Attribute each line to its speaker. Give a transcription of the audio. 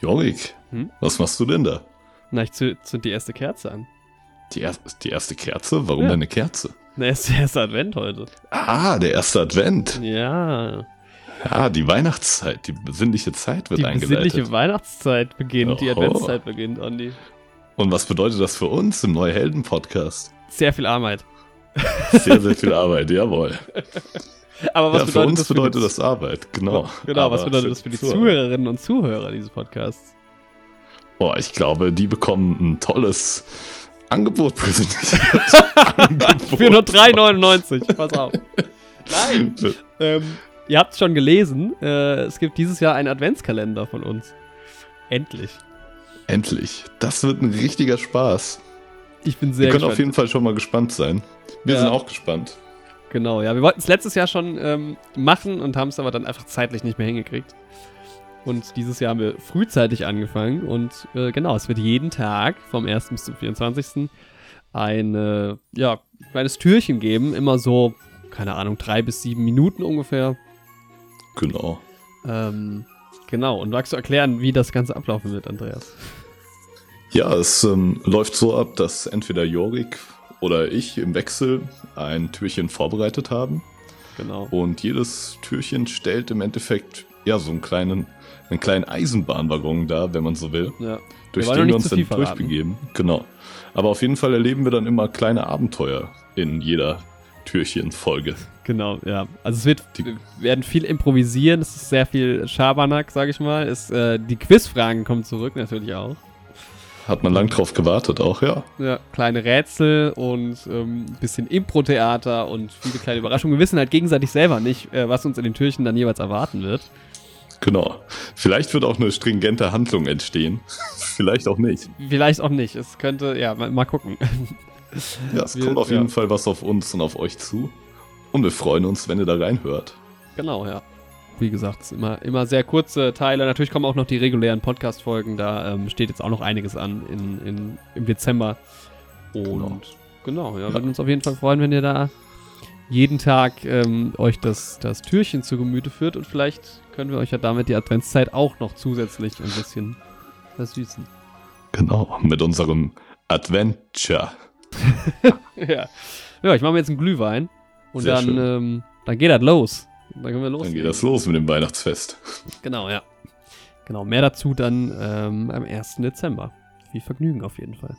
Speaker 1: Jorik,
Speaker 2: Hm?
Speaker 1: was machst du denn da?
Speaker 2: Na, ich zünd zünd die erste Kerze an.
Speaker 1: Die, er die erste Kerze? Warum
Speaker 2: Ja.
Speaker 1: denn eine Kerze?
Speaker 2: Na, ist der erste Advent heute.
Speaker 1: Ah, der erste Advent.
Speaker 2: Ja.
Speaker 1: Ah, die Weihnachtszeit, die besinnliche Zeit wird
Speaker 2: Die
Speaker 1: eingeleitet.
Speaker 2: besinnliche Weihnachtszeit beginnt, die
Speaker 1: Oho.
Speaker 2: Adventszeit beginnt, Andi.
Speaker 1: Und was bedeutet das für uns im Neuhelden-Podcast?
Speaker 2: Sehr viel Arbeit.
Speaker 1: Sehr, sehr viel Arbeit, jawohl.
Speaker 2: Aber was
Speaker 1: ja,
Speaker 2: bedeutet
Speaker 1: für uns
Speaker 2: das
Speaker 1: bedeutet
Speaker 2: die-
Speaker 1: das Arbeit, genau.
Speaker 2: Genau, was
Speaker 1: Aber
Speaker 2: bedeutet das für die
Speaker 1: Zuhörer?
Speaker 2: Zuhörerinnen und Zuhörer dieses Podcasts?
Speaker 1: Boah, ich glaube, die bekommen ein tolles Angebot präsentiert. Angebot.
Speaker 2: Für nur 3,99. Pass auf. Nein. Ähm, ihr habt es schon gelesen. Äh, es gibt dieses Jahr einen Adventskalender von uns. Endlich.
Speaker 1: Endlich. Das wird ein richtiger Spaß.
Speaker 2: Ich bin
Speaker 1: Wir
Speaker 2: sehr
Speaker 1: können auf
Speaker 2: gespannt.
Speaker 1: jeden Fall schon mal gespannt sein. Wir
Speaker 2: Ja.
Speaker 1: sind auch gespannt.
Speaker 2: Genau, ja. Wir wollten es letztes Jahr schon ähm, machen und haben es aber dann einfach zeitlich nicht mehr hingekriegt. Und dieses Jahr haben wir frühzeitig angefangen und äh, genau, es wird jeden Tag vom 1. bis zum 24. ein äh, ja, kleines Türchen geben, immer so, keine Ahnung, drei bis sieben Minuten ungefähr.
Speaker 1: Genau.
Speaker 2: Ähm, genau, und magst du erklären, wie das Ganze ablaufen wird, Andreas?
Speaker 1: Ja, es ähm, läuft so ab, dass entweder Jorik oder ich im Wechsel ein Türchen vorbereitet haben.
Speaker 2: Genau.
Speaker 1: Und jedes Türchen stellt im Endeffekt ja so einen kleinen, einen kleinen Eisenbahnwaggon dar, wenn man so will.
Speaker 2: Ja.
Speaker 1: durch den wir
Speaker 2: wollen noch nicht
Speaker 1: uns
Speaker 2: zu
Speaker 1: dann
Speaker 2: viel verraten.
Speaker 1: durchbegeben. Genau. Aber auf jeden Fall erleben wir dann immer kleine Abenteuer in jeder Türchenfolge.
Speaker 2: Genau, ja. Also es wird,
Speaker 1: Die-
Speaker 2: wir werden viel improvisieren, es ist sehr viel Schabernack, sag ich mal. Es, äh, die Quizfragen kommen zurück natürlich auch.
Speaker 1: Hat man lang drauf gewartet auch, ja.
Speaker 2: Ja, kleine Rätsel und ähm, ein bisschen Impro-Theater und viele kleine Überraschungen. Wir wissen halt gegenseitig selber nicht, äh, was uns in den Türchen dann jeweils erwarten wird.
Speaker 1: Genau. Vielleicht wird auch eine stringente Handlung entstehen. Vielleicht auch nicht.
Speaker 2: Vielleicht auch nicht. Es könnte, ja, mal, mal gucken.
Speaker 1: Ja, es
Speaker 2: Wir-
Speaker 1: kommt auf
Speaker 2: ja.
Speaker 1: jeden Fall was auf uns und auf euch zu. Und wir freuen uns, wenn ihr da reinhört.
Speaker 2: Genau, ja. Wie gesagt, es sind immer, immer sehr kurze Teile. Natürlich kommen auch noch die regulären Podcast-Folgen. Da ähm, steht jetzt auch noch einiges an in, in, im Dezember. Und genau,
Speaker 1: Genau.
Speaker 2: ja,
Speaker 1: Ja.
Speaker 2: würden uns auf jeden Fall freuen, wenn ihr da jeden Tag ähm, euch das, das Türchen zu Gemüte führt. Und vielleicht können wir euch ja damit die Adventszeit auch noch zusätzlich ein bisschen versüßen.
Speaker 1: Genau. Mit unserem Adventure.
Speaker 2: ja. ja, ich mache mir jetzt einen Glühwein. Und
Speaker 1: Sehr
Speaker 2: dann,
Speaker 1: schön.
Speaker 2: ähm, dann geht das los. Dann können wir los.
Speaker 1: Dann geht das los mit dem Weihnachtsfest.
Speaker 2: Genau, ja. Genau, mehr dazu dann ähm, am 1. Dezember. Viel Vergnügen auf jeden Fall.